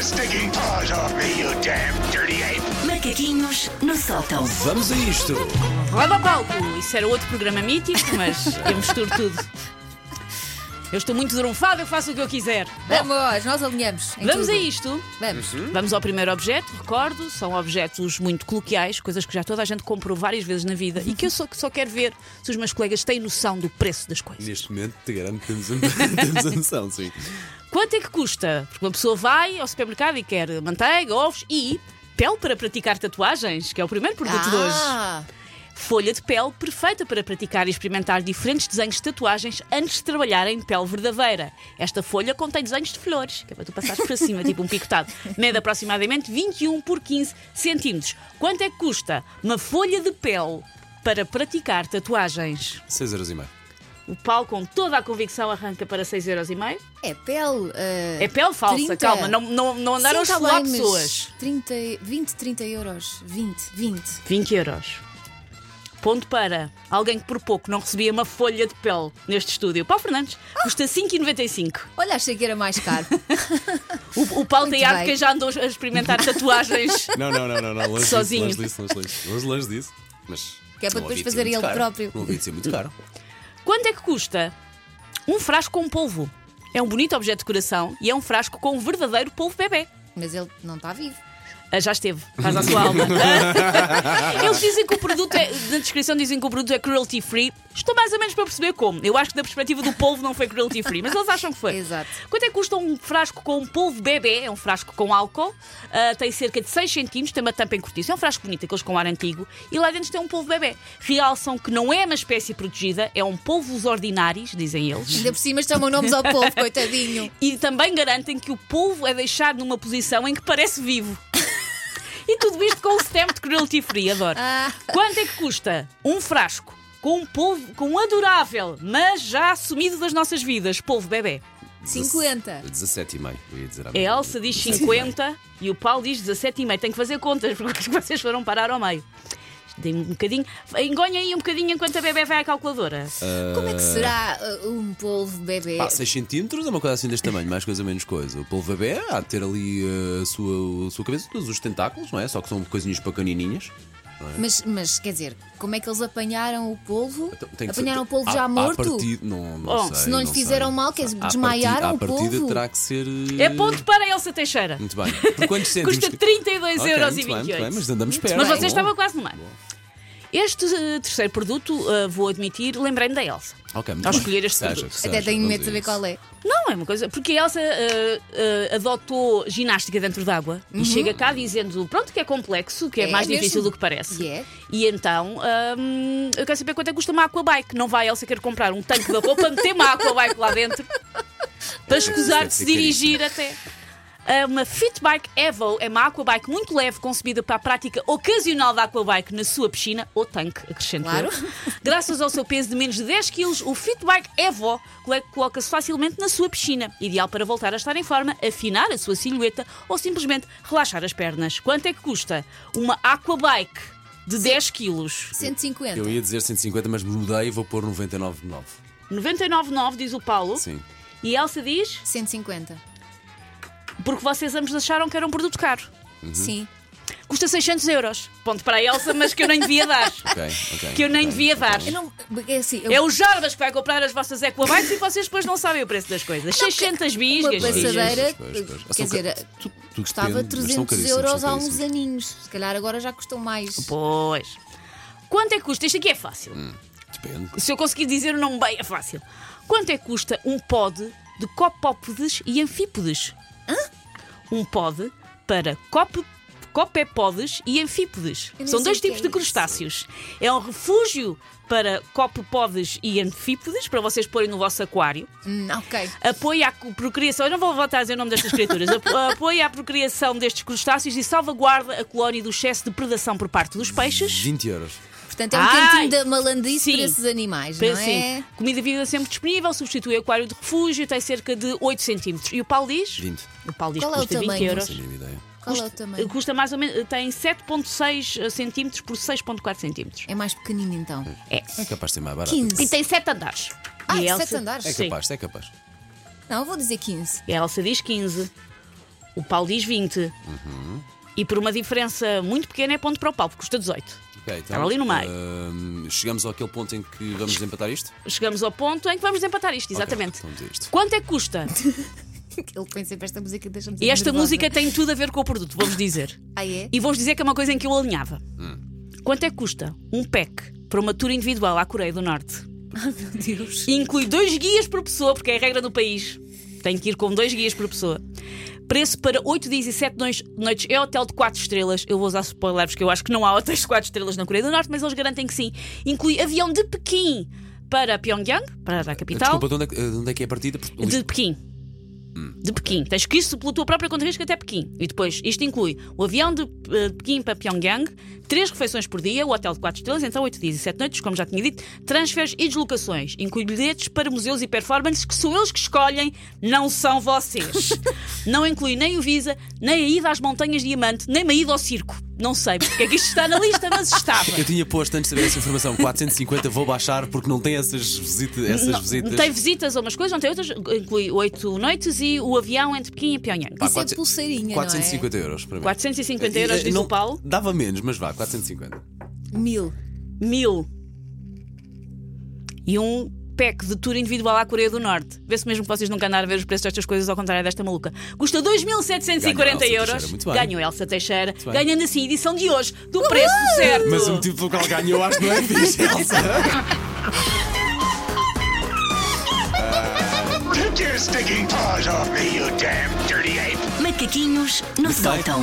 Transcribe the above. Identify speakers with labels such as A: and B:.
A: stinking paws off me, you damn dirty ape!
B: Macaquinhos no sótão.
C: Vamos a isto.
D: Leva palco! Isso era outro programa mítico, mas eu misturo tudo. Eu estou muito drunfado, eu faço o que eu quiser.
E: Vamos, nós alinhamos. em
D: Vamos
E: tudo.
D: a isto.
E: Vamos.
D: Vamos ao primeiro objeto, recordo, são objetos muito coloquiais, coisas que já toda a gente comprou várias vezes na vida e que eu só, só quero ver se os meus colegas têm noção do preço das coisas.
C: Neste momento, te garanto que temos, a- temos a noção, sim.
D: Quanto é que custa? Porque uma pessoa vai ao supermercado e quer manteiga, ovos e pele para praticar tatuagens, que é o primeiro produto de hoje.
E: Ah,
D: Folha de pele perfeita para praticar e experimentar diferentes desenhos de tatuagens antes de trabalhar em pele verdadeira. Esta folha contém desenhos de flores, que é para tu passares para cima, tipo um picotado. Mede aproximadamente 21 por 15 centímetros. Quanto é que custa uma folha de pele para praticar tatuagens?
C: 6 euros e meio.
D: O Paulo, com toda a convicção, arranca para 6,5€.
E: é pele. ah,
D: É pele falsa,
E: 30.
D: calma, não, não, não
E: Sim,
D: andaram a
E: tá
D: esfolar
E: bem, mas
D: pessoas.
E: 30, 20, 30 euros. 20, 20.
D: 20 euros. Ponto para alguém que por pouco não recebia uma folha de pele neste estúdio. Paulo Fernandes
E: Ah!
D: custa 5,95.
E: Olha, achei que era mais caro.
D: O, o Paulo
E: Muito
D: tem ar de
E: bem.
D: quem já andou a experimentar tatuagens.
C: Não, não, não, não, não. Longe
D: Sozinho.
C: disso, longe disso, longe disso. Longe, longe disso. Mas.
E: Que é para
C: um
E: depois
C: ouvido
E: fazer
C: muito
E: ele
C: caro.
E: próprio.
C: Um ouvido sim, muito caro.
D: Quanto é que custa um frasco com polvo? É um bonito objeto de coração e é um frasco com um verdadeiro polvo bebê.
E: Mas ele não está vivo.
D: Ah, já esteve, faz a sua alma. Eles dizem que o produto é, na descrição dizem que o produto é cruelty free. Estou mais ou menos para perceber como. Eu acho que da perspectiva do polvo não foi cruelty free, mas eles acham que foi.
E: Exato.
D: Quanto é que custa um frasco com polvo bebê? É um frasco com álcool, ah, tem cerca de 6 centímetros, tem uma tampa em cortiça. É um frasco bonito, aqueles com ar antigo, e lá dentro tem um polvo bebê. Realçam que não é uma espécie protegida, é um polvos ordinários, dizem eles.
E: Ainda por cima chamam nomes ao povo, coitadinho.
D: E também garantem que o polvo é deixado numa posição em que parece vivo. E tudo isto com o stamp de cruelty free, adoro.
E: Ah.
D: Quanto é que custa um frasco com um polvo, com um adorável, mas já sumido das nossas vidas, polvo bebê?
E: 50.
C: 17 e meio. Eu ia dizer à
D: A
C: minha-
D: Elsa É diz 50 e o Paulo diz 17,5. Tenho que fazer contas porque vocês foram parar ao meio. Dei um bocadinho. Engonha aí um bocadinho enquanto a bebê vai à calculadora.
E: Como é que será ah, um polvo bebê?
C: Pá, 6 centímetros é uma coisa assim deste tamanho, mais coisa menos coisa. O polvo bebê há de ter ali eh, a sua, a sua cabeça, todos os tentáculos, não é? Só que são coisinhas pequenininhas.
E: Mas, mas, quer dizer, como é que eles apanharam o polvo?
C: Então, tem que ser-
E: apanharam o polvo
C: à-
E: já
C: à
E: morto?
C: partida- não, não
D: Bom,
C: sei,
E: se não lhe
C: sei.
E: fizeram mal, quer dizer,
C: À partida-
E: desmaiaram
C: à
E: o
C: partida
E: polvo?
C: terá que ser. eh,
D: É ponto para a Elsa Teixeira.
C: Muito bem. Por quantos cêntimos?
D: Custa 32,28
C: Ok,
D: euros.
C: muito bem, muito bem, mas andamos perto.
D: Mas
C: Bom.
D: vocês estavam quase no mar. Este eh, terceiro produto, eh, vou admitir, lembrei-me da Elsa.
C: Ok, muito
D: Ao
C: bem.
D: escolher este
C: Seja
D: produto.
C: que
E: Até
C: seja,
E: tenho
C: vamos
E: medo de
C: a
E: saber
C: isso.
E: qual é.
D: Não, é uma coisa. Porque a Elsa eh, eh, adotou ginástica dentro d'água e chega cá dizendo: pronto, que é complexo, que é,
E: Uhum. É
D: mais difícil
E: mesmo.
D: do que parece.
E: E é.
D: E então, hum, eu quero saber quanto é que custa uma aquabike. Não vai a Elsa querer comprar um tanque de roupa para meter uma aquabike lá dentro para
E: é
D: escusar de se
C: Deve ser
D: dirigir até. Ah, Uma Fitbike Evo é uma aquabike muito leve, concebida para a prática ocasional da aquabike na sua piscina ou tanque, acrescento
E: Claro.
D: eu. Graças ao seu peso de menos de 10 kg, o Fitbike Evo cole- coloca-se facilmente na sua piscina, ideal para voltar a estar em forma, afinar a sua silhueta ou simplesmente relaxar as pernas. Quanto é que custa uma aquabike de 10 kg?
E: 150.
C: Eu ia dizer 150, mas mudei e vou pôr 99,9.
D: 99,9 diz o Paulo.
C: Sim.
D: E a Elsa diz,
E: 150.
D: porque vocês ambos acharam que era um produto caro.
C: Uhum.
E: Sim.
D: Custa 600 euros. Ponto para a Elsa, mas que eu nem devia dar.
C: Ok, ok.
D: Que eu nem
C: ok,
D: devia
C: ok.
D: dar.
E: Eu não. É assim, eu,
D: É o Jarbas que vai comprar as vossas Equabikes e vocês depois não sabem o preço das coisas. 600
E: uma
D: bisgas.
C: Pois,
D: bisgas.
E: passadeira,
C: pois, pois, pois.
E: quer
C: São ca-
E: dizer,
C: tu- tu
E: custava
C: depende, mas são
E: 300
C: caríssimos,
E: euros um
C: são
E: há uns
C: caríssimos.
E: aninhos. Se calhar agora já custam mais.
D: Pois. Quanto é que custa? Isto aqui é fácil.
C: Depende.
D: Se eu conseguir dizer o nome bem, é fácil. Quanto é que custa um pod de copópodes e anfípodes? Um pod para cop copépodes e anfípodes.
E: Eu não
D: São
E: sei
D: dois
E: o que
D: tipos
E: é
D: de
E: isso.
D: crustáceos. É um refúgio para copopodes e anfípodes, para vocês porem no vosso aquário.
E: Hum, ok.
D: Apoia a co- procriação, eu não vou voltar a dizer o nome destas criaturas, Apo- apoia a procriação destes crustáceos e salvaguarda a colónia do excesso de predação por parte dos peixes.
C: 20 euros.
E: Portanto, é um
D: Ai!
E: cantinho da malandice
D: Sim.
E: para esses animais,
D: Bem,
E: não é?
D: assim, comida viva sempre disponível, substitui o aquário de refúgio, tem cerca de 8 centímetros. E o Paulo diz?
C: 20.
D: O Paulo diz
E: Qual
D: que
E: é o
D: custa 20
E: tamanho?
C: Não
D: euros.
C: tenho nenhuma ideia.
E: Qual é o tamanho?
D: Custa mais ou menos, tem 7,6 eh, centímetros por 6,4 centímetros.
E: É mais pequenino então.
D: É.
C: É capaz de ser mais barato.
E: 15.
D: E tem 7 andares.
E: Ah,
D: E a
E: sete
D: Elsa-
E: andares.
C: É
D: Sim.
C: capaz, é capaz.
E: Não, eu vou dizer 15.
D: E a Elsa diz 15. O Paulo diz 20.
E: Uhum.
D: E por uma diferença muito pequena é ponto para o Paulo, porque custa 18.
C: Ok, então,
D: Estava ali no meio.
C: hum, chegamos àquele ponto em que vamos desempatar isto? então
D: Chegamos ao ponto em que vamos desempatar isto, exatamente.
C: vamos a isto.
D: Quanto é que custa?
E: Ele põe sempre esta música deixa-me
D: E esta música tem tudo a ver com o produto, vou-vos dizer.
E: Ah, é?
D: E vou-vos dizer que é uma coisa em que eu alinhava. Quanto é que custa um pack para uma tour individual à Coreia do Norte?
E: Meu Deus.
D: Inclui dois guias por pessoa, porque é a regra do país. Tem que ir com dois guias por pessoa. Preço para 8 dias e 7 noites- noites é hotel de 4 estrelas. Eu vou usar spoilers, porque eu acho que não há hotéis de 4 estrelas na Coreia do Norte, mas eles garantem que sim. Inclui avião de Pequim para Pyongyang, para a capital.
C: Desculpa, de onde, é, que- de onde é que é a partida? Porque-
D: De Pequim. De Pequim. Tens que ir pela tua própria conta de risco até Pequim. E depois, isto inclui o avião de eh, Pequim para Pyongyang, três refeições por dia, o hotel de 4 estrelas, então 8 dias e 7 noites, como já tinha dito, transfers e deslocações. Inclui bilhetes para museus e performances que são eles que escolhem, não são vocês. não inclui nem o Visa, nem a ida às Montanhas Diamante, nem a ida ao circo. Não sei porque é que isto está na lista, mas estava.
C: Eu tinha posto antes de saber essa informação 450, vou baixar porque não tem essas, visita, essas
D: Não,
C: visitas.
D: Tem visitas a umas coisas, não tem outras, inclui 8 noites e o avião entre Pequim e Pyongyang.
E: Isso é pulseirinha, não é?
C: 450 euros para mim.
D: 450 euros,
C: Eh,
D: diz
C: não-
D: o Paulo.
C: Dava menos, mas vá, 450.
E: Mil.
D: Mil. E um pack de tour individual à Coreia do Norte. Vê se mesmo que vocês nunca andaram a ver os preços destas coisas, ao contrário desta maluca. Custa 2.740
C: Ganhou Elsa
D: euros.
C: Teixeira, muito bem.
D: Ganhou Elsa Teixeira,
C: bem.
D: ganhando assim a edição de hoje do preço certo.
C: Mas o motivo pelo qual ganhou, acho que não é fixe, Elsa.
A: Take your stinking paws off me, you damn dirty ape!
B: Macaquinhos no sótão.